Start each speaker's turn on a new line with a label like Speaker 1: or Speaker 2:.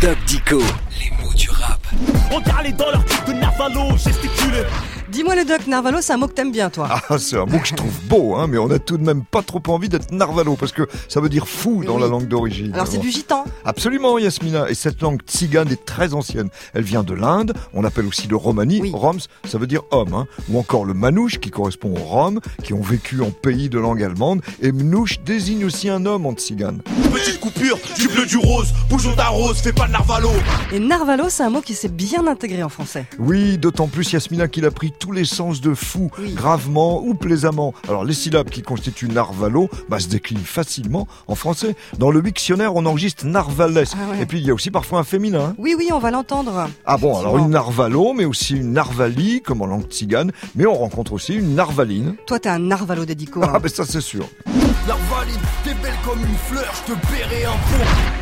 Speaker 1: Doc Dico, les mots du rap.
Speaker 2: Regardez dans leur clip de Navalo, gesticulé.
Speaker 3: Dis-moi le doc, Narvalo, c'est un mot que t'aimes bien, toi.
Speaker 4: Ah, c'est un mot que je trouve beau, hein, mais on a tout de même pas trop envie d'être narvalo, parce que ça veut dire fou dans
Speaker 3: Oui.
Speaker 4: la langue d'origine.
Speaker 3: Alors c'est du gitan.
Speaker 4: Absolument, Yasmina. Et cette langue tzigane est très ancienne. Elle vient de l'Inde, on l'appelle aussi de Romanie.
Speaker 3: Oui.
Speaker 4: Roms, ça veut dire homme. hein. Ou encore le manouche, qui correspond aux Roms, qui ont vécu en pays de langue allemande. Et mnouche désigne aussi un homme en tzigane.
Speaker 2: Petite coupure, du bleu, du rose, bougeons ta rose, fais pas de narvalo.
Speaker 3: Et Narvalo, c'est un mot qui s'est bien intégré en français.
Speaker 4: Oui, d'autant plus Yasmina qu'il a pris tous les sens de fou,
Speaker 3: Oui.
Speaker 4: gravement ou plaisamment. Alors les syllabes qui constituent narvalo bah, se déclinent facilement en français. Dans le dictionnaire, on enregistre narvales.
Speaker 3: Ah ouais.
Speaker 4: Et puis il y a aussi parfois un féminin. hein.
Speaker 3: Oui, oui, on va l'entendre.
Speaker 4: Ah bon, alors
Speaker 3: Effectivement.
Speaker 4: une narvalo, mais aussi une narvali, comme en langue tzigane. Mais on rencontre aussi une narvaline.
Speaker 3: Toi, t'es un Narvalo dédico. hein.
Speaker 4: Ah ben ça c'est sûr.
Speaker 2: Narvaline, t'es belle comme une fleur, je te paierai un pot.